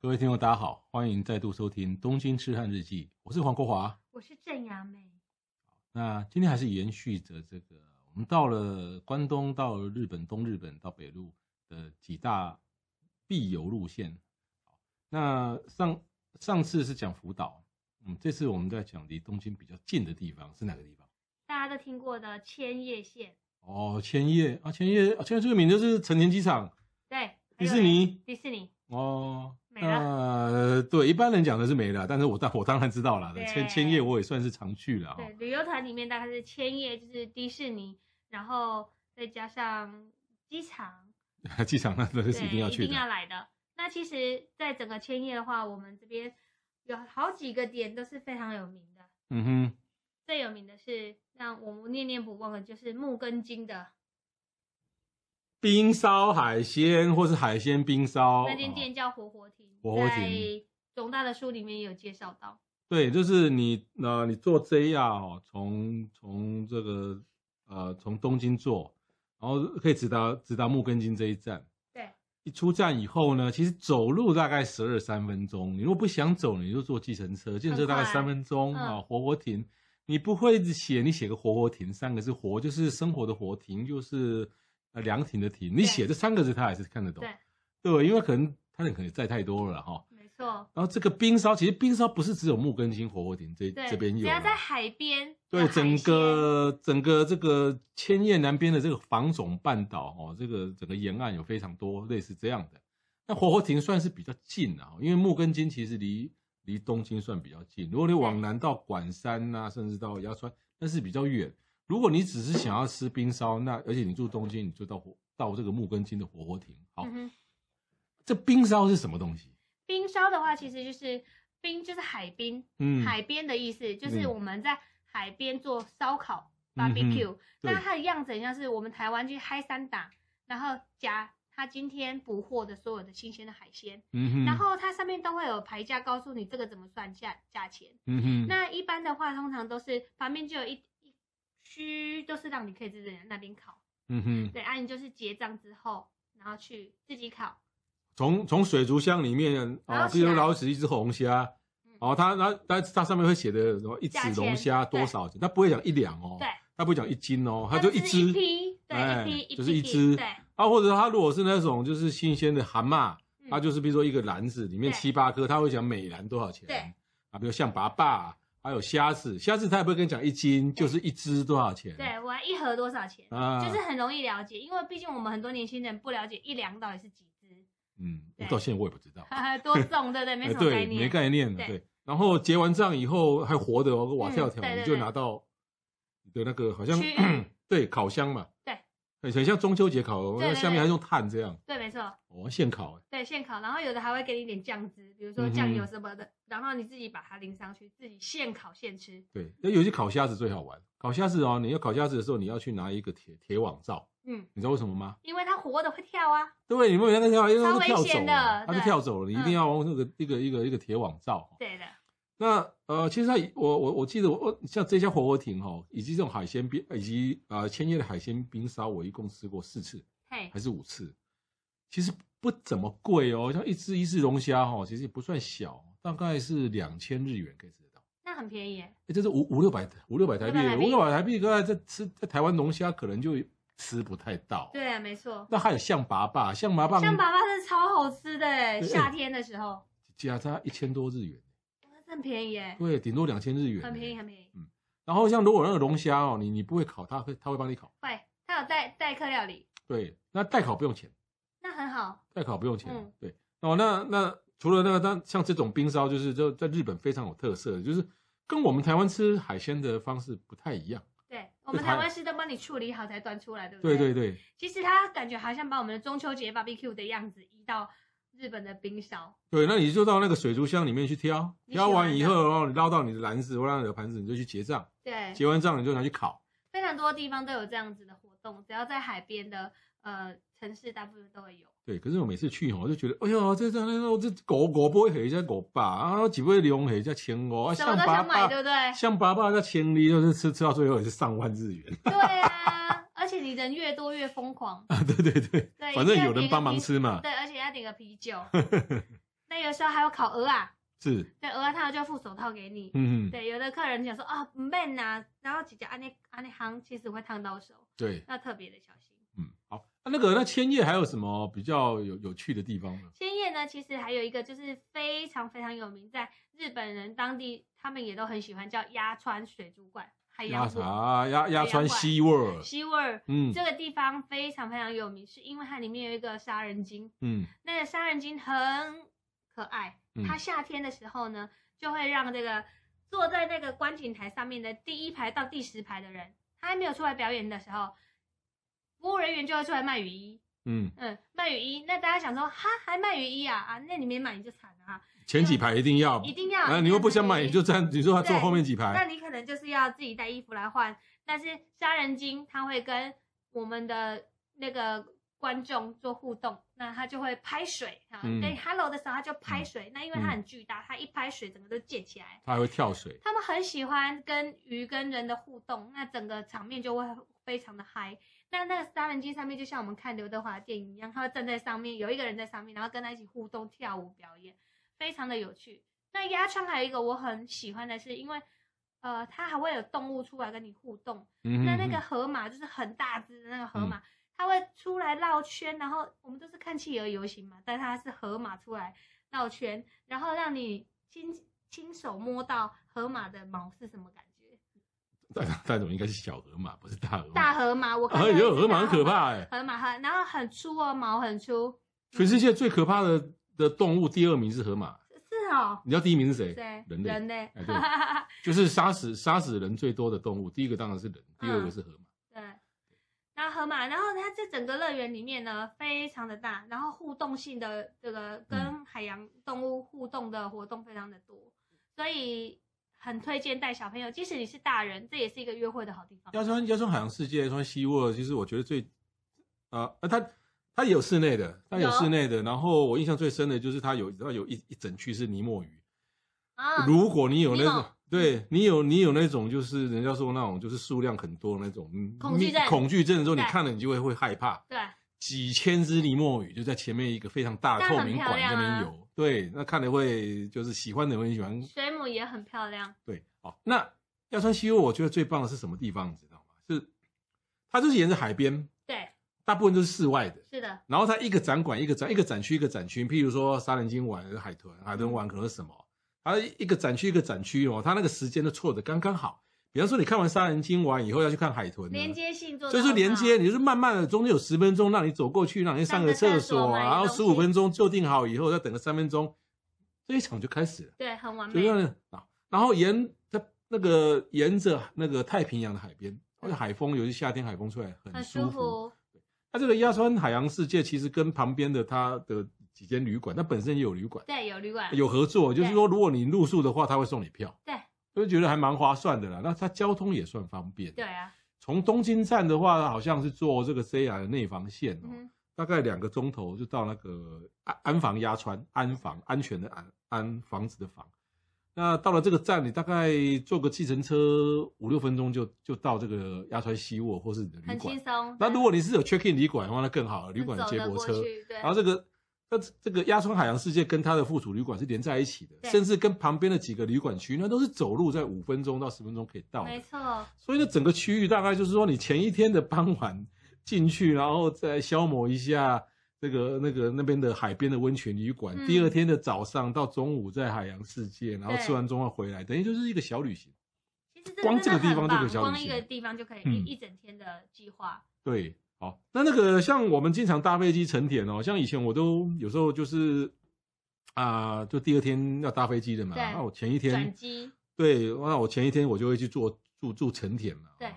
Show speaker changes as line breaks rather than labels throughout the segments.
各位听众，大家好，欢迎再度收听《东京痴汉日记》，我是黄国华。
我是郑雅美，
那今天还是延续着这个，我们到了关东，到了日本东日本到北路的几大必游路线。那上上次是讲福岛，嗯，这次我们在讲离东京比较近的地方是哪个地方？
大家都听过的千叶县，
哦，千叶啊，千叶啊，千叶最有名就是成田机场
对，
迪
还
士
有嘞，
尼
迪士尼，
哦。
没了
呃，对，一般人讲的是没了，但是我当我当然知道了，
对
千千叶我也算是常去了啊、
对，旅游团里面大概是千叶，就是迪士尼，然后再加上机场，
机场那都
对，
是一定要去
一定要
的。
来的。那其实，在整个千叶的话，我们这边有好几个点都是非常有名的，
嗯哼。
最有名的是让我们念念不忘的就是木根津的
冰烧海鲜，或是海鲜冰烧。
那间
哦
店叫活活亭，
活活亭
在总大的书里面有介绍到，
对，就是你呃，你坐 JR 哦，从从这个呃，从东京坐，然后可以直达直达木根津这一站。
对，
一出站以后呢，其实走路大概十二三分钟。你如果不想走，你就坐计程车，计程车大概
很快
三分钟
嗯
啊、活活停。你不会写，你写个活活停三个字，活就是生活的活，停就是呃凉亭的亭。你
对
写这三个字，他还是看得懂。
对
对，因为可能他可能载太多了哈、
没错。
然后这个冰烧，其实冰烧不是只有木根津活火亭这
对，
这边有
只
啦，
要在海边，
对
有海
整
鲜
个整个这个千叶南边的这个房总半岛哦，这个整个沿岸有非常多类似这样的。那活火亭算是比较近啊，因为木根津其实离离东京算比较近。如果你往南到管山呐、甚至到鸭川，那是比较远。如果你只是想要吃冰烧，那而且你住东京，你就到火到这个木根津的活火亭。好
嗯，哼
这冰烧是什么东西？
冰烧的话，其实就是冰，就是海冰，
嗯，
海边的意思，就
嗯
是我们在海边做烧烤
嗯哼
barbecue，、
对
那它的样子很像是我们台湾去嗨三打，然后夹它今天捕获的所有的新鲜的海鲜，
嗯哼，
然后它上面都会有牌价告诉你这个怎么算价价钱。
嗯哼，
那一般的话，通常都是旁边就有一一区，都是让你可以在那边烤。
嗯哼，
对，啊，你就是结账之后，然后去自己烤。
从从水族箱里面啊，
捞
比
起来
如捞起一只红虾
嗯，
哦，它它它它上面会写的什么一
价
尺
钱
龙虾多少钱，它不会讲一两哦，
对，
它不会讲一斤哦，它
那
就
只
一
是一
只
批，
哎
对，一批，
就是
一
一
批
只
对，
啊，或者它如果是那种就是新鲜的蛤蟆，
嗯
它就是比如说一个篮子里面
对
七八颗，它会讲每篮多少钱，
对
啊，比如象拔蚌，还有虾子，虾子它也不会跟你讲一斤，就是一只多少钱，
对我一盒多少钱，
啊，
就是很容易了解，因为毕竟我们很多年轻人不了解一两到底是几只，
嗯，我
对
到现在我也不知道，
哈哈，多重对不对？没
哎
什么概
对，没
念。
概念的，
对嗯
对。然后结完账以后还活的哦，瓦跳跳，
对对
你就
对
拿到你的那个好像
区域
对烤箱嘛，
对
很，很像中秋节烤哦，
对对
那
对
下面还用炭这样，
对，没错，
哦，现烤，
对现烤，然后有的还会给你一点酱汁，比如
嗯
说
哼
酱油什么的，然后你自己把它淋上去，自己现烤现吃。
对。那尤其烤虾子最好玩，烤虾子哦，你要烤虾子的时候，你要去拿一个铁铁网罩，
嗯，
你知道为什么吗？
因为它活的会跳啊，
对，你们有那个跳，因为它
超
是
危
跳走
险
了
的，
它是
对
跳走了，你一定
嗯
要用那个一个一个一个铁网罩。
对的，
那呃，其实它以我我我记得我我像这家火锅亭哦，以及这种海鲜冰，以及呃千叶的海鲜冰沙，我一共吃过四次
嘿
还，是五次，其实不怎么贵哦，像一只一只龙虾哈、哦，其实也不算小，大概是两千日元可以吃得到。
那很便宜耶，
哎，这是五五六百五六百台币，
500台币
五六百台币，大概在吃在台湾龙虾可能就吃不太到。
对啊，没错。
那还有象拔蚌，象拔蚌
像粑粑是超好吃的耶，
对
夏天的时候，
加它一千多日元，
很便宜耶，
对，顶多两千日元，欸
很便宜，。啊很便宜。
然后像如果那个龙虾哦，你你不会烤，它会它会帮你烤。
会，它有代代客料理，
对，那代烤不用钱，
那很好。
代烤不用钱。
嗯
对，哦，那那除了那个，那像这种冰烧，就是就在日本非常有特色，就是跟我们台湾吃海鲜的方式不太一样。
对我们
对它
台湾是都帮你处理好才端出来，对不
对
对
对对，
其实它感觉好像把我们的中秋节 barbecue 的样子移到日本的冰勺，
对，那你就到那个水族箱里面去挑，
你喜
挑
欢
完以
的
后，然后你捞到你的篮子或捞到你的盘子，你就去结账，
对，
结完账你就拿去烤。
非常多地方都有这样子的活动，只要在海边的呃城市，大部分都会有。
对，可是我每次去吼，我就觉得，哎呦，这这那那这狗狗不会黑，这狗爸啊，几杯龙黑，这千五，啊
什么
像
都
爸
想买，
爸，
对不对？
像爸爸这千里，就是吃吃到最后也是上万日元
对啊，而且你人越多越疯狂。
啊！对对对，
对，
反
一定
正
要
有
点
人
个
帮忙
啤
吃嘛，
对，而且要点个 啤酒。那有时候还有烤鹅啊，
是，
对，鹅啊他就要附手套给你。
嗯，
对，有的客人想说啊，不闷呐，然后啊几家安内安内行，其实会烫到手，
对，
要特别的小心。
嗯，好，啊那个那千叶还有什么比较有有趣的地方呢？
千叶呢，其实还有一个就是非常非常有名，在日本人当地他们也都很喜欢叫鸭川水族馆，海洋
鸭
馆、
啥鸭鸭川西味，
西味儿。
嗯
这个地方非常非常有名，是因为它里面有一个杀人鲸，
嗯，
那个杀人鲸很可爱
嗯，
它夏天的时候呢，就会让这个坐在那个观景台上面的第一排到第十排的人，他还没有出来表演的时候，服务人员就会出来卖雨衣，
嗯，
嗯，卖雨衣。那大家想说，哈，还卖雨衣啊？啊，那你没买你就惨了啊，
前几排一定要，
一定要。
啊，你又不想买，你就站，你说他坐
对
后面几
那
排，
你可能就是要自己带衣服来换。但是杀人鲸它会跟我们的那个观众做互动，那它就会拍水啊，
嗯
对，hello 的时候它就拍水。那因为它很巨大，它一拍水整个都溅起来。
他还会跳水，
他们很喜欢跟鱼跟人的互动，那整个场面就会非常的嗨。那那个杀人鲸上面，就像我们看刘德华的电影一样，他会站在上面，有一个人在上面，然后跟他一起互动、跳舞、表演，非常的有趣。那鸭川还有一个我很喜欢的是，因为呃，它还会有动物出来跟你互动。
嗯，
那那个河马就是很大只的那个河马，它会出来绕圈，然后我们都是看企鹅游行嘛，但它是河马出来绕圈，然后让你亲亲手摸到河马的毛是什么感觉？
但但总应该是小河马，不是大河马。
大河马，我看
哎
到
呦，
一只
河马很
大
可，怕哎！
河马很，然后很粗哦，毛很粗，
全世界最可怕的的动物，第二名是河马。
是哦，
你知道第一名是谁？
对，
人类
人类
哎， 就是杀死杀死人最多的动物，第一个当然是人，第二
嗯
个是河马。
对，那河马，然后它这整个乐园里面呢，非常的大，然后互动性的这个
嗯
跟海洋动物互动的活动非常的多，所以很推荐带小朋友，即使你是大人，这也是一个约会的好地方。
要穿要穿海洋世界，穿西沃，其实我觉得最，呃，呃它它也有室内的，它有
有
室内的。然后我印象最深的就是它有它有一一整区是尼莫鱼，
啊，
如果你有那
尼
种
莫，
对你有你有那种，就是人家说那种就是数量很多那种嗯
恐惧症
恐惧症的时候，你
对
看了你就会会害怕。
对，
几千只尼莫鱼就在前面一个非常大的
那
透
很
明
漂
管
亮
那边
啊
游，对，那看了会就是喜欢的人会喜欢，
水母也很漂亮，
对，好，那要川西欧我觉得最棒的是什么地方，你知道吗？是它就是沿着海边，
对，
大部分都是室外的，
是的，
然后它一个展馆一个展一个展区一个展区，譬如说杀人鲸玩海豚，海豚玩可能是什么，它一个展区一个展区哦，它那个时间都错的刚刚好。比方说你看完杀人鲸玩以后要去看海豚呢，
连接性做得
就是
很
连
好
接，你就是慢慢的，中间有十分钟让你走过去，让你上个厕所，
上个厕所
然后
买
十
东
五
西
分钟就定好以后，再等个三分钟，这一场就开始了，
对，很完
就
美
让，人啊，然后沿它那个沿着那个太平洋的海边，而且海风，尤其夏天海风出来很
很
舒
舒
服。
服，
它这个鸭川海洋世界其实跟旁边的它的几间旅馆，它本身也有旅馆
对，有旅馆，
有合作，就是
对
说如果你入宿的话，它会送你票，
对，
就觉得还蛮划算的啦。那它交通也算方便，
对啊，
从东京站的话，好像是坐这个 JR 的内房线哦，
嗯哼，
大概两个钟头就到那个安安房鸭川安房安全的安安房子的房。那到了这个站，你大概坐个计程车五六分钟就就到这个鸭川西沃或是你的旅
很轻
馆。
松。
那如果你是有 check in 旅馆的话，那更好了，旅馆有
走
接
得
驳
过
车。
去，对
然，后这个那这这个鸭川海洋世界跟它的附属旅馆是连在一起的，
对
甚至跟旁边的几个旅馆区，那都是走路在五分钟到十分钟可以到的。
没错，
所以呢，整个区域大概就是说，你前一天的傍晚进去，然后再消磨一下这个 那个那边的海边的温泉旅馆，
嗯
第二天的早上到中午在海洋世界，然后吃完中饭回来，等于就是一个小旅行。
其实这
光
真的
这个地方
很
就可以
棒
小旅
光一
行
个地方就可以
嗯
一一整天的计划。
对，好，那那个像我们经常搭飞机成田哦，像以前我都有时候就是啊、就第二天要搭飞机的嘛，
对
那我前一
转
天
机，
对，那我前一天我就会去做住住成田嘛。啊
对。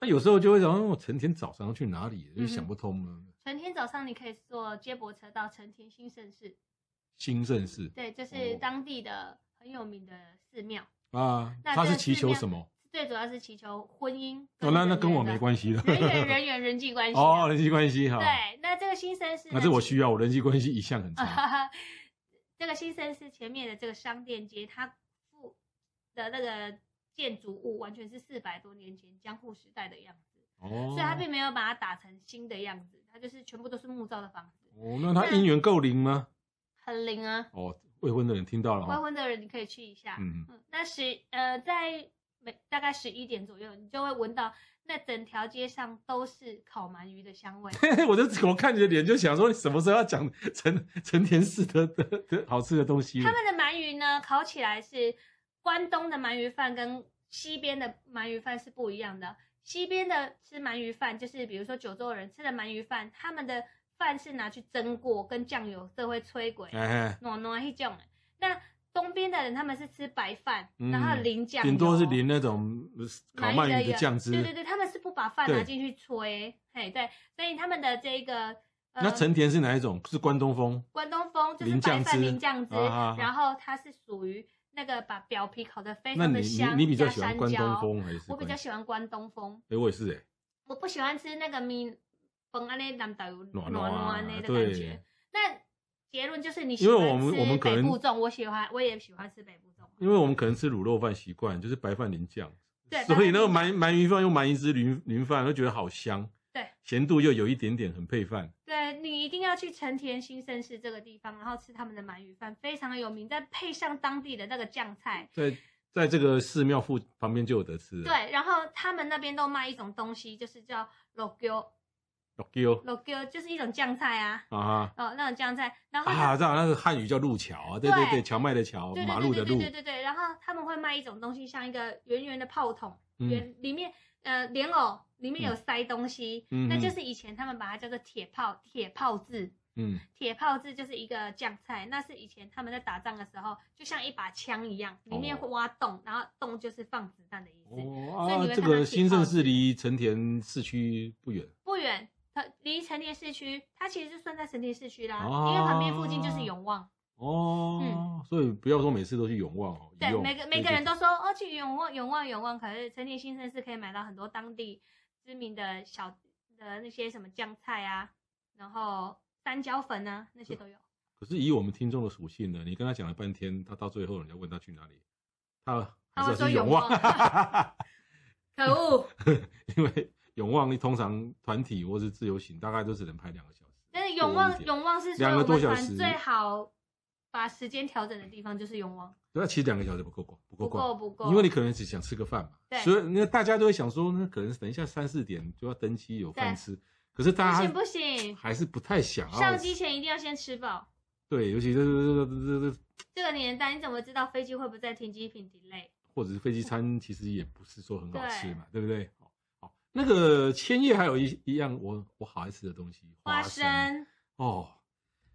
那有时候就会想，嗯我成田早
嗯
上要去哪里，就想不通了。
全天早上你可以坐接驳车到成田新盛市，
兴盛寺
对，
哦
就是当地的很有名的寺庙，
啊，
那
他是
这个
祈
寺
求
庙
什么？
最主要是祈求婚姻。
哦，那那跟我没
系。
关系了。
人缘、人缘、人际关系啊。
哦，人际关系哈。
对，那这个新生是，
那这我需 要，我人际关系一向很差。
这个新生市前面的这个商店街，它附的那个建筑物完全是四百多年前江户时代的样子，
哦，
所以它并没有把它打成新的样子，它就是全部都是木造的房子，
哦，那他姻缘够灵吗？
很灵啊。
哦，未婚的人听到了
未
哈。
婚的人你可以去一下，
嗯，
哦 嗯，那十呃在每大概十一点左右，你就会闻到那整条街上都是烤鳗鱼的香 味。
我就我看你的脸就想说，你什么时候要讲 成成田市的的的好吃的东西了
他？们的鳗鱼呢，烤起来是关东的鳗鱼饭跟西边的鳗鱼饭是不一样的。西边的吃鳗鱼饭，就是比如说九州人吃的鳗鱼饭，他们的饭是拿去蒸过，跟酱油这会摧鬼，
哎，
糯糯一种的。哦啊那东边的人他们是吃白饭，
嗯
然后淋酱油，
顶多是淋那种呃烤鳗鱼的酱汁。
对对对，他们是不把饭拿
对
进去炊，嘿对，所以他们的这个呃
那成田是哪一种？是关东风
关东风就是
淋
白
酱
饭
汁
淋酱汁，
啊啊啊
然后它是属于那个把表皮烤得非
那
常
你
的
你
香，
你比较
加
喜欢
山
关
椒
东？风还是关？
我比较喜欢关东风，
哎，我也是哎。
我不喜欢吃那个米本安内南岛有
暖暖
暖
啊
暖的
对
感觉。那结论就是你
因
喜
为
欢
我们
吃
我们可
北
能
部粽，我喜欢，我也喜欢吃北部粽。
因为我们可能吃卤肉饭习惯就是白饭淋酱，
对
所以那个
白
鳗鳗鱼饭用鳗鱼汁淋淋饭，都觉得好香，
对，
咸度又有一点点，很配饭。
对你一定要去成田新生市这个地方，然后吃他们的鳗鱼饭，非常有名，再配上当地的那个酱菜。
在在这个寺庙附旁边就有得吃了。
对，然后他们那边都卖一种东西，就是叫 logio
对，Tokyo
logio，就是一种酱菜啊，
啊
哦，那种酱菜，然
哈
后它、
啊，这好像是汉语叫路桥啊，对对
对
对，荞麦的荞，
对
马路
对
的
对对
路
对，对对，然后他们会卖一种东西，像一个圆圆的炮筒，
嗯，
圆、里面呃莲藕里面有塞东西，
嗯
那就是以前他们把它叫做铁炮铁炮制。
嗯，
铁炮制就是一个酱菜，那是以前他们在打仗的时候，就像一把枪一样，里面
哦
会挖洞，然后洞就是放子弹的意思。
哦
所以
啊
你，
这
会看到
个
铁
新
炮
盛
子
市离成田市区不远，
不远，它离成田市区，它其实就算在成田市区啦，
哦
因为旁边附近就是永旺。
哦，所以不要说每次都去永旺哦，
嗯对
宜，用
每个每个人都说哦去永旺永旺永旺，可是成田新生是可以买到很多当地知名的小的那些什么酱菜啊，然后三椒粉啊那些都有。
可是以我们听众的属性呢，你跟他讲了半天，他到最后人家问他去哪里，他
他
还
会
是要去
说
永
永
旺，
可恶！
因为永旺通常团体或是自由行，大概都只能排两个小时。
但是
多
永
一
旺
点
永旺是说
两个
我
多
们
小时
团最好把时间调整的地方就是永旺，
对那其实两个小时不够逛，不够
不
逛，
够不够，
因为你可能只想吃个饭嘛，
对
所以那大家都会想说，那可能等一下三四点就要登机有饭
对
吃，可是
不
大
行
家
不行，
还是不太想要
上机前一定要先吃饱。
对，尤其是 这这这这
这个年代你怎么知道飞机会不会在停机坪 delay？
或者是飞机餐，其实也不是说很好吃
对
嘛，对不对？好，好，那个千叶还有一一样我我好爱吃的东西，
花生，
哦。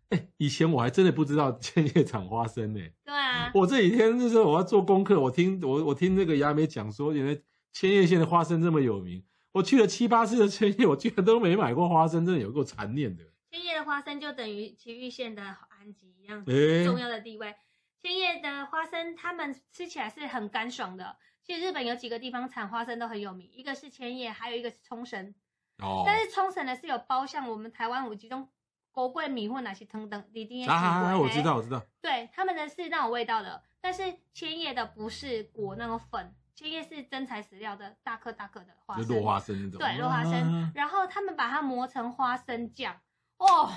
哎，以前我还真的不知道千叶产花生呢、
对啊，
我这几天就是我要做功课，我听我我听那个雅美讲说，原来千叶县的花生这么有名。我去了七八次的千叶，我居然都没买过花生，真的有够残念的。
千叶的花生就等于崎玉县的安吉一样
哎
重要的地位。千叶的花生，他们吃起来是很干爽的。其实日本有几个地方产花生都很有名，一个是千叶，还有一个是冲绳。
哦，
但是冲绳的是有包像我们台湾有几种锅桂米或哪些等等，你一定也吃
啊
过、
啊，啊我知
嘿。
道，我知道，
对，他们的是那种味道的，但是千叶的不是裹那种粉，千叶是真材实料的大颗大颗的花
就
生，
落花生那种。
对落花生，
啊，
然后他们把它磨成花生酱，哦，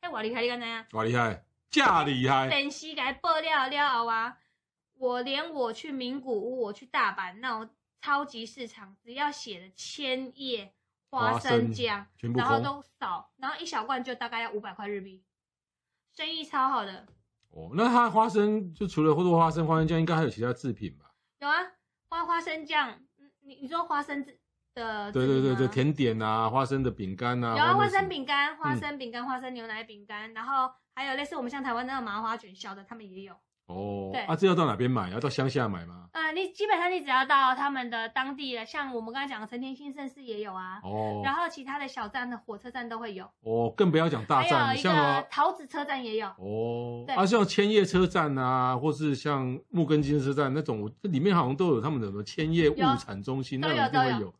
哎，我厉害，你干怎样？
哇，厉害，价厉害。
本西给它爆料料后啊，我连我去名古屋，我去大阪那种超级市场，只要写的千叶花生酱，
全部
然后
空
都少，然后一小罐就大概要五百块日币，生意超好的。
哦，那它花生就除了或者花生花生酱，应该还有其他制品吧？
有啊，花花生酱，嗯你你说花生制的
对
制
对
品
对
吗
对，甜点啊，花生的饼干啊，
啊有啊，花
什
生
么，
饼干、花
嗯
生饼干、花生牛奶饼干，然后还有类似我们像台湾那种麻花卷小的，他们也有。
哦
对，
啊，这要到哪边买？要到乡下买吗？
呃，你基本上你只要到他们的当地的，像我们刚才讲的成田新盛市也有啊，
哦，
然后其他的小站的火车站都会有，
哦，更不要讲大
还
站，
有一
像
个
啊，
桃子车站也有。
哦，
对
啊，像千叶车站啊，或是像木根金车站那种，我这里面好像都有他们的什么千叶物
有
产中心，
都
那种
有
一定
都
会
有
有。我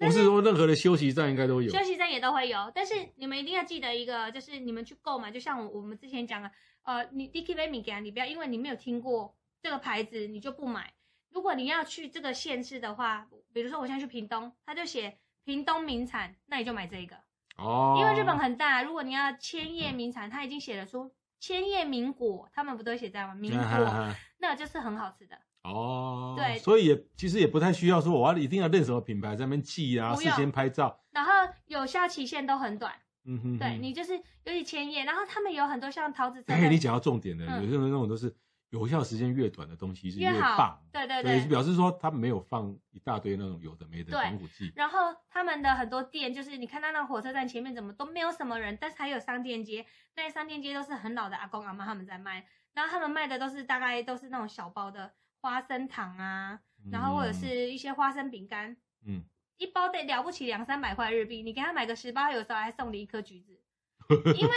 但是
是说，任何的休息站应该都有。
休息站也都会有，但是你们一定要记得一个，就是你们去购买，就像我我们之前讲的，呃，你 Dicky Baby 给啊，你不要因为你没有听过这个牌子，你就不买。如果你要去这个县市的话，比如说我现在去屏东，它就写屏东名产，那你就买这个，
哦，
因为日本很大，如果你要千叶名产，它已经写了说千叶名果，他们不都写在吗？名
啊
果，那就是很好吃的。
哦，
对
所以也其实也不太需要说我要一定要认什么品牌在那边记啊，
不
事
用
先拍照，
然后有效期限都很短，
嗯哼哼
对 你就是尤其千叶，然后他们有很多像桃子车
哎，
站
你讲到重点了，
嗯
有些人那种都是有效时间越短的东西是
越
棒
好，，对对
所以
对
就。表示说他没有放一大堆那种有的没的
对
防腐剂，
然后他们的很多店，就是你看到那个火车站前面怎么都没有什么人，但是还有商店街，那些商店街都是很老的阿公阿妈他们在卖，然后他们卖的都是大概都是那种小包的花生糖啊，然后或者是一些花生饼干，
嗯，
一包得了不起两三百块日币，你给他买个十包，有时候还送你一颗橘 子，因为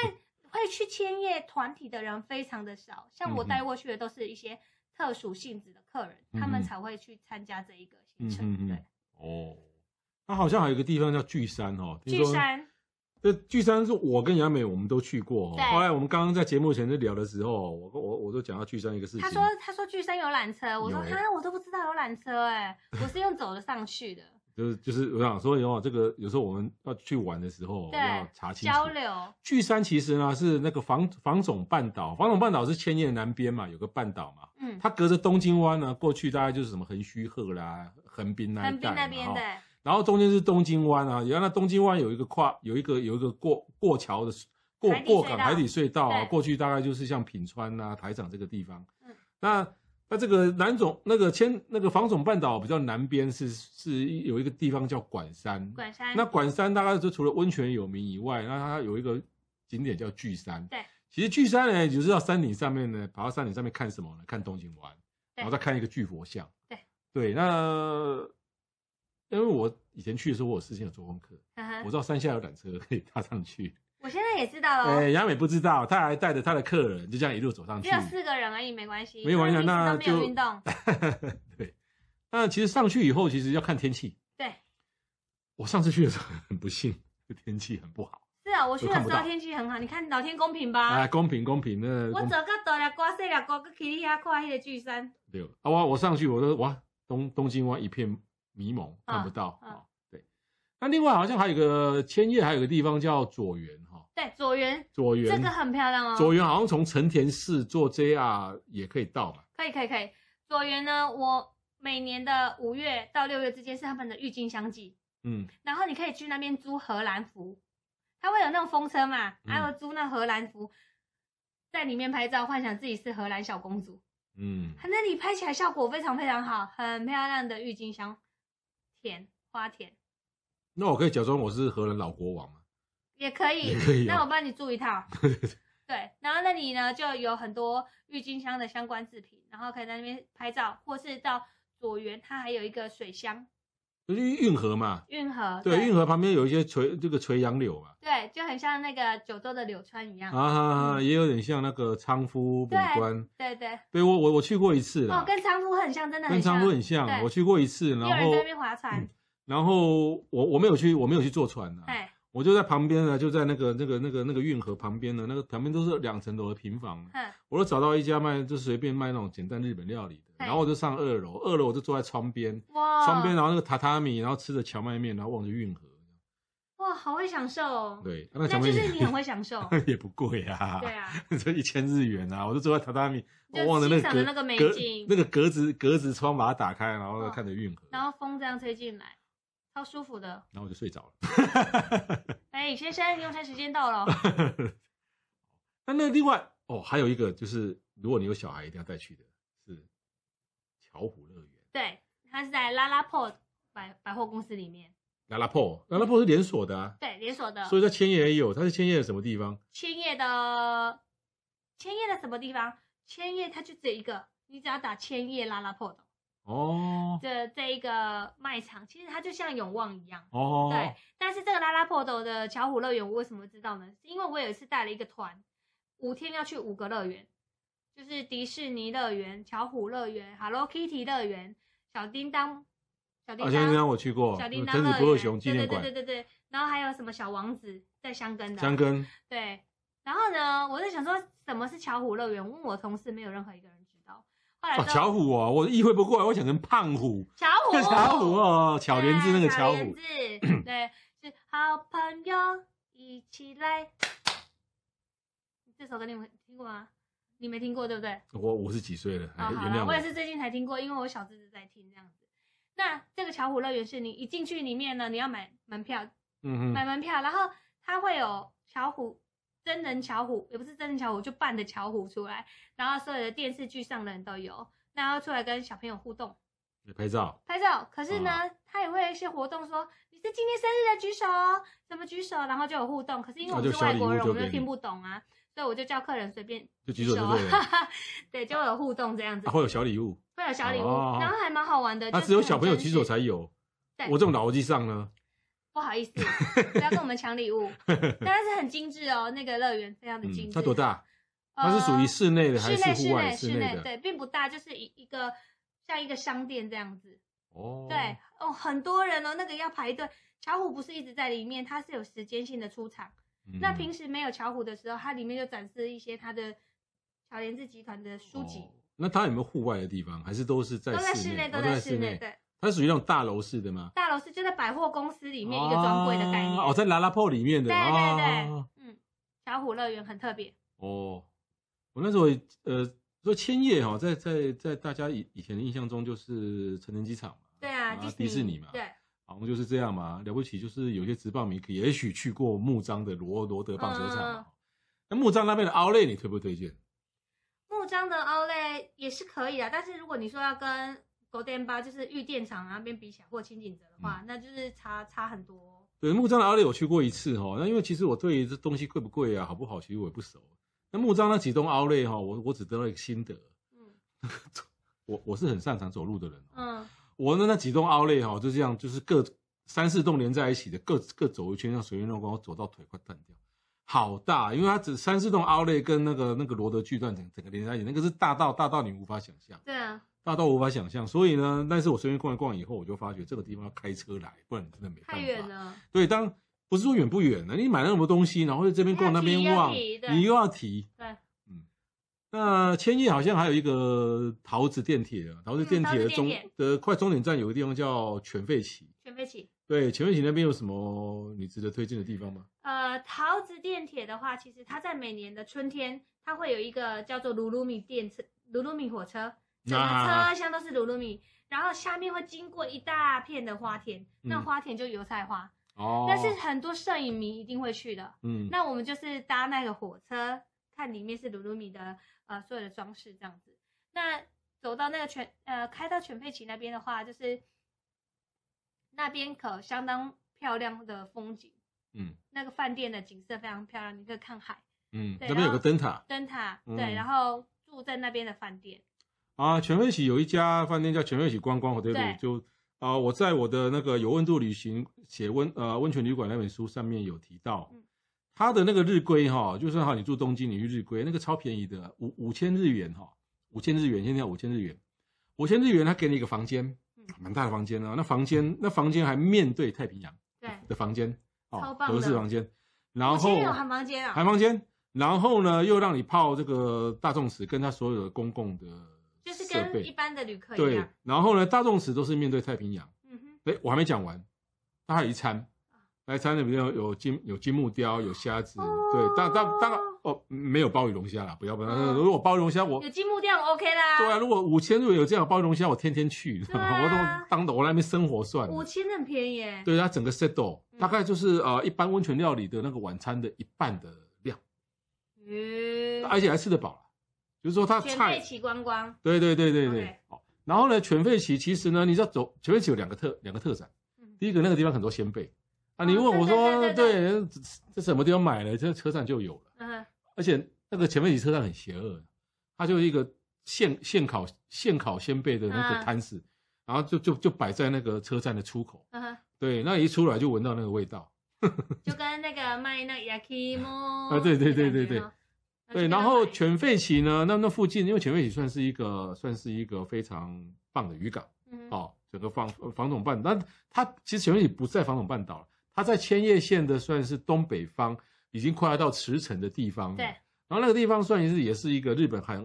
会去千叶团体的人非常的少，像我
嗯哼
带过去的都是一些特殊性质的客人，他
嗯
们
哼
才会去参加这一个行程，
嗯哼哼
对，
哦，它好像还有一个地方叫巨山哦，听
聚
说
山。
这巨山是我跟雅美我们都去过、哦
对，
后来我们刚刚在节目前在聊的时候，我我我都讲到巨山一个事情，
他说他说巨山有缆车，我说
有欸
哈，我都不知道有缆车哎、我是用走的上去的
就是就是我想说哦，这个有时候我们要去玩的时候哦
对
要查 清楚
交。流，
巨山其实呢是那个房房总半岛，房总半岛是千叶南边嘛，有个半岛嘛，
嗯，
它隔着东京湾呢过去，大概就是什么横须贺啦、横滨那一带
横滨
嘛
那边
哦
的，
然后中间是东京湾啊，原来东京湾有一个跨有一个有一个过过桥的过
海底隧
过
道
港海底隧道啊，
对
过去大概就是像品川啊、台场这个地方。
嗯
那那这个南总那个千那个房总半岛比较南边是是有一个地方叫管山，
管山
那管山大概就除了温泉有名以外，那它有一个景点叫巨山。
对，
其实巨山呢，你就知道山顶上面呢，爬到山顶上面看什么呢？看东京湾，
对
然后再看一个巨佛像。
对
对，那因为我以前去的时候，我有事先有做功课，
嗯
我
哼，
知道山下有缆车可以搭上去。
我现在也知道了
哎、
哦，
雅美不知道，她还带着她的客人就这样一路走上
只
去。
有四个人而已，没关系，
没关系
因为平时
那
都没有
就
运动，
对，那其实上去以后，其实要看天气。
对，
我上次去的时候很不幸，天气很不好。
是啊，我去
都看
的
不
时候
到
天气很好，你看老天公平
哎、
吧，
公平公平，那
啊我
公
走个多了瓜碎了瓜，个去你遐看迄个巨山，
对啊，我我上去我说哇，东东京湾一片迷蒙，
啊
看不到
啊
啊。对，那另外好像还有一个千叶，还有一个地方叫佐原哈，
对，左园
佐原
这个很漂亮哦，
佐原好像从成田市坐 JR 也可以到嘛。
可以可以可以，左园呢，我每年的五月到六月之间是他们的郁金香季，
嗯，
然后你可以去那边租荷兰服，它会有那种风车嘛，
嗯
还有租那荷兰服，在里面拍照，幻想自己是荷兰小公主。
嗯，
它那里拍起来效果非常非常好，很漂亮的郁金香田花田
那我可以假装我是荷兰老国王吗？
也可以。
也可以哦
那我帮你租 一套。对，然后那里呢就有很多郁金香的相关制品，然后可以在那边拍照，或是到左园，它还有一个水乡
就是运河嘛，
运河，
对，运
河，
河旁边有一些垂这个垂杨柳嘛，
对，就很像那个九州的柳川一样。
啊哈哈，也有点像那个仓敷捕
嗯对
官。
对对。
对我我我去过一次
哦
啦，，
跟仓敷很像，真的
跟
很像。
仓敷很像，
对
我去过一次，
有
然
人
后嗯
在那边划船，
然后我我没有去，我没有去坐船啊，
哎、
我就在旁边啊呢，就在那个那个那个那个运河旁边呢，那个旁边都是两层楼的平房，
嗯，
我就找到一家卖就随便卖那种简单日本料理的，
哎哦
然后我就上二楼，二楼我就坐在窗边，
哇，
窗边然后那个榻榻米，然后吃着荞麦面，然后望着运河，
哇，好会享受哦。
对，那
那
荞
就
麦
是你很
面
会 享受，
也也不贵啊，
对啊，
这一千日元啊，我就坐在榻榻米，
就
我望着那
欣
个
赏
格
着那个美
格
景哦
那个格子格子窗把它打开，然后就看着运河，
然后风这样吹进来，超舒服的。
然后我就睡着了。
哎、先生，用餐时间到了，哦
那那另外哦，还有一个就是，如果你有小孩，一定要带去的是巧虎乐园。
对，它是在拉拉破百百货公司里面，
拉拉破，拉拉破是连锁的啊，
对，连锁的，
所以在千叶也有。它是千叶的什么地方？
千叶的千叶的什么地方？千叶它就只有一个，你只要打千叶拉拉破的
哦
这这一个卖场，其实它就像永旺一样。
哦，
对，但是这个拉拉破斗的巧虎乐园，我为什么知道呢？是因为我有一次带了一个团，五天要去五个乐园，就是迪士尼乐园、巧虎乐园、Hello Kitty 乐园、小叮当、小叮
好
当、
像刚我去过，
小
嗯
叮当
藤子
乐
不二
园，
雄纪
对
念
对
馆
对对，对对，然后还有什么小王子在香根的啊，
香根
对，然后呢，我在想说什么是巧虎乐园，问我同事没有任何一个人知道。后来
哦，
之后
巧虎哦，我意会不过来，我想成胖虎，
巧虎，
巧虎哦，巧莲子那个巧虎，
对巧莲子 对，是好朋友一起来。这首歌你们听过吗？你没听过对不对？
我五十几岁了，哎
啊哦，好
原
啦，
谅
我也
我。
是最近才听过，因为我小侄子在听这样子。那这个巧虎乐园是你一进去里面呢，你要买门票，
嗯
买
哼，
门票，然后它会有巧虎真人巧虎，也不是真人巧虎，就扮的巧虎出来，然后所有的电视剧上的人都有，然后出来跟小朋友互动。
拍照，
拍照，可是
嗯
呢，他也会有一些活动说你是今天生日的举手哦，怎么举手，然后就有互动。可是因为我们
那
是
就小
外
礼物
国人，
就
我
给
们
你
又听不懂啊，所以我就叫客人随便
就举
举
手
手
就
啊
对了，，
对，就有互动这样子，
啊会有小礼物，
会有小礼物，
哦
然后还蛮好玩的。
那
就
只有
是很
小朋友
真
举
实
手才有
对，
我这种老机上呢，
不好意思，不要跟我们抢 礼物，但是很精致哦，那个乐园非常的精
嗯，
致。
它多？大？
呃、
它是属于室内的还
室内
是
室
户外？
内
室
室
内
内，
的。
对，并不大，就是一一个像一个商店这样子。
哦，
对，哦，很多人哦，那个要排队。巧虎不是一直在里面，它是有时间性的出场。
嗯，
那平时没有巧虎的时候，它里面就展示一些它的巧莲子集团的书籍，
哦那它有没有户外的地方？还是都是在
都在
室
室内，
内？
都
哦在
在室内。
内。
对，
它属于那种大楼式的吗？
大楼是就在百货公司里面一个专柜的概念。
哦哦，在拉拉破里面的。
对对对
哦，
嗯，巧虎乐园很特别。
哦，我那时候也呃，说千叶哈，在在在大家以以前的印象中就是成人机场嘛，
对啊，
迪士
士
尼嘛，
对，
好像就是这样嘛。了不起就是有些职棒迷也许去过木章的罗罗德棒球场
嗯嗯嗯
嘛。那木章那边的奥莱，你推不推荐？
木章的 o l 也是可以啊，但是如果你说要跟 Golden Bar 就是玉电厂那边比起来，或清景泽的
嗯
话，那就是差差很多哦。
对，木章的奥莱我去过一次哈、那因为其实我对这东西贵不贵啊、好不好，其实我也不熟。那木章那几栋奥莱哈，我我只得到一个心得，
嗯
我我是很擅长走路的人、哦，
嗯，
我的那几栋凹类哈，就这样，就是各三四栋连在一起的，各各走一圈，像随便乱逛，我走到腿快断掉。好大，啊因为它只三四栋凹类跟那个那个罗德巨段整整个连在一起，那个是大到大到你无法想象，
对啊。
大到无法想象。所以呢，但是我随便逛一逛以后，我就发觉这个地方要开车来，不然你真的没办法。
太远了，
对，当不是说远不远呢，你买了那么多东西，然后在这边逛那边
要
逛，
提要提对
你又要提。
对，
嗯。那千叶好像还有一个桃子电铁啊，桃子
嗯
电铁
桃
的
子
终
电
的快终点站有个地方叫全废崎。
全飞起。
对，全废崎那边有什么你值得推荐的地方吗？
呃，桃子电铁的话，其实它在每年的春天，它会有一个叫做鲁鲁米电车、鲁鲁米火车，整
啊
个车厢都是鲁鲁米，然后下面会经过一大片的花田，那
嗯
花田就油菜花，
哦，
但是很多摄影迷一定会去的。
嗯，
那我们就是搭那个火车，看里面是鲁鲁米的呃所有的装饰这样子。那走到那个全呃开到全佩奇那边的话，就是那边可相当漂亮的风景，
嗯
那个饭店的景色非常漂亮，你可以看海、
嗯，
对
那边有个灯塔
灯塔，
嗯
对，然后住在那边的饭店，
啊，全废崎有一家饭店叫全废崎观光 hotel，
对
就啊、我在我的那个有温度旅行写温呃温泉旅馆那本书上面有提到
嗯，
它的那个日规哈、就算哈你住东京，你去日规那个超便宜的，五五千日元哈、五千日元，现在五千日元，五千日元他给你一个房间
嗯，
蛮大的房间啊，那房间那房间还面对太平洋
对，
的房间，
超
哦，
棒的
合适房间，嗯然
我
后
先有韩房间啊
含，房间，然后呢又让你泡这个大众池，跟它所有的公共的
就是
设
跟一
备。
般的旅客一
对
样，，
然后呢，大众池都是面对太平洋。
嗯哼，
哎，我还没讲完，它还有一餐，来餐里面有有金有金木雕，有虾子，
哦
对，当当当然哦，没有鲍鱼龙虾啦，不要不要。
嗯
如果鲍鱼龙虾我
有积木店 OK 啦，
对啊，如果五千如果有这样的鲍鱼龙虾，我天天去，
对 啊
我都当我来那边生活算了。
五千很便宜耶，
对，它整个 set 哦
嗯
大概就是呃一般温泉料理的那个晚餐的一半的量，
嗯，
而且还吃得饱啦就是说它
全
啊菜
被骑观光，
对对对对
OK
对。好，然后呢，犬吠旗其实呢，你知道走犬吠旗有两个特两个特展，
嗯
第一个那个地方很多鲜贝啊，
哦
你问我说、
对对对
对这这什么地方买的？这车站就有了，
嗯哼，
而且那个犬吠旗车站很邪恶，他就是一个现现烤现烤鲜贝的那个
嗯
摊子，然后就就就摆在那个车站的出口。
嗯哼，
对，那一出来就闻到那个味道。
就跟那个卖那 yakimo
啊对对对对对对，然后犬
全
吠旗呢，那那附近因为犬吠旗算是一个算是一个非常棒的渔港。
嗯
哦，整个防防统半岛，那它其实前面也不在防统半岛了，它在千叶县的算是东北方，已经快要到茨城的地方了。
对，
然后那个地方算是也是一个日本海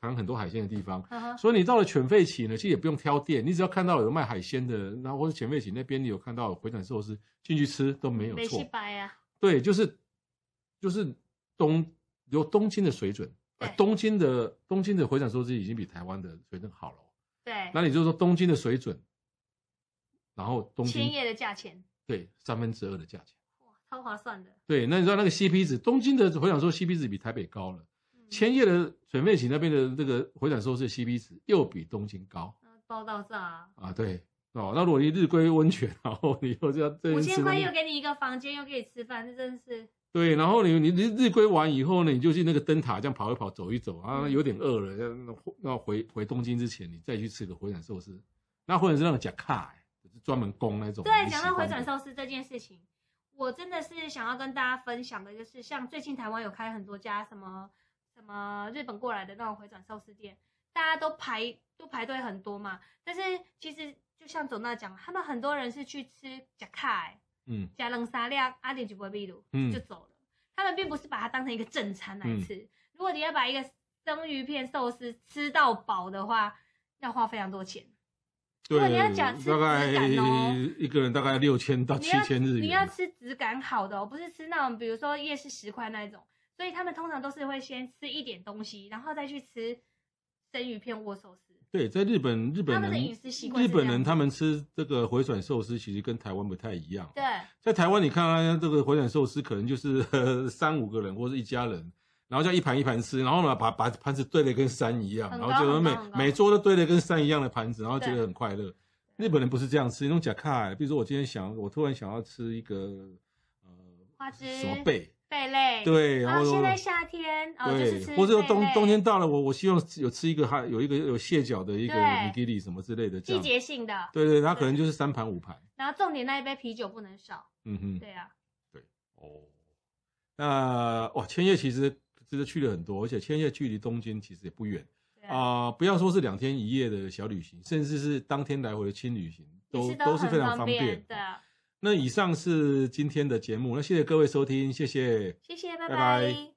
产很多海鲜的地方，
嗯哼
所以你到了犬吠崎呢，其实也不用挑店，你只要看到有卖海鲜的，然后或者犬吠崎那边你有看到有回转寿司，进去吃都没有
没
错
去。白啊，
对，就是就是东有东京的水准，呃
对
东京的东京的回转寿司已经比台湾的水准好了。
对，
那你就说东京的水准，然后东
千
京
叶的价钱，
对三分之二的价钱，
哇，超划算的。
对，那你知道那个 CP 值，东京的回转寿 CP 值比台北高了，
嗯
千叶的水妹型那边的这个回转寿司的 CP 值又比东京高
嗯包到炸，
啊，对哦，那如果你日归温泉，然后你又这样这
五
边吃
千块
那
又
边
给你一个房间，又给你吃饭，这真是
对，然后你你你日归完以后呢，你就去那个灯塔这样跑一跑，走一走
嗯
啊，有点饿了，要要回回东京之前，你再去吃个回转寿司，那或者是那种假卡、就是专门供那种
对，
你
讲
喜
到
欢
回
的
转寿司这件事情，我真的是想要跟大家分享的，就是像最近台湾有开很多家什么什么日本过来的那种回转寿司店，大家都排都排队很多嘛。但是其实就像总大讲，他们很多人是去吃假卡、
嗯
假冷沙料、阿点吉波秘鲁
嗯
啊就走了，他们并不是把它当成一个正餐来吃。如果你要把一个生鱼片寿司吃到饱的话，要花非常多钱。如果
对，
你要讲吃
大概
质感哦
一个人大概六千到
你
哦七
要
千日
你要
元。
吃质感好的、哦，不是吃那种比如说夜市十块那一种。所以他们通常都是会先吃一点东西，然后再去吃生鱼片握寿司。
对，在日本，日
他
本
们的饮
人，
食习惯
日
是这样
本人他们吃这个回转寿司，其实跟台湾不太一样。
对，
在台湾，你看啊，这个回转寿司，可能就是 呃三五个人或者一家人，然后这样一盘一盘吃，然后呢把把盘子堆得跟山一样，
很
然
高
后就
很
每
高很高
每桌都堆得跟山一样的盘子，然后觉
对
得很快乐。日本人不是这样吃，那种假卡，比如说我今天想，我突然想要吃一个呃
花枝
什么贝，
贝类。。
对，然后、
然后啊现在夏天，哦，就是吃
或者说
贝
冬
类
冬天到了，我我希望有吃一个还有一个有蟹脚的一个
对
n i 里什么之类的这
季
样。
节性的，
对对，它可能就是三盘五盘。
然后重点那一杯啤酒不能少。
嗯哼。
对啊，
哦。那哇，千叶其实其实去了很多，而且千叶距离东京其实也不远
对啊，
啊、不要说是两天一夜的小旅行，甚至是当天来回的轻旅行，
也
都
是
都是
很
非常
方
方便。
对啊，
那以上是今天的节目，那谢谢各位收听，谢谢。
谢谢，
拜
拜
拜
拜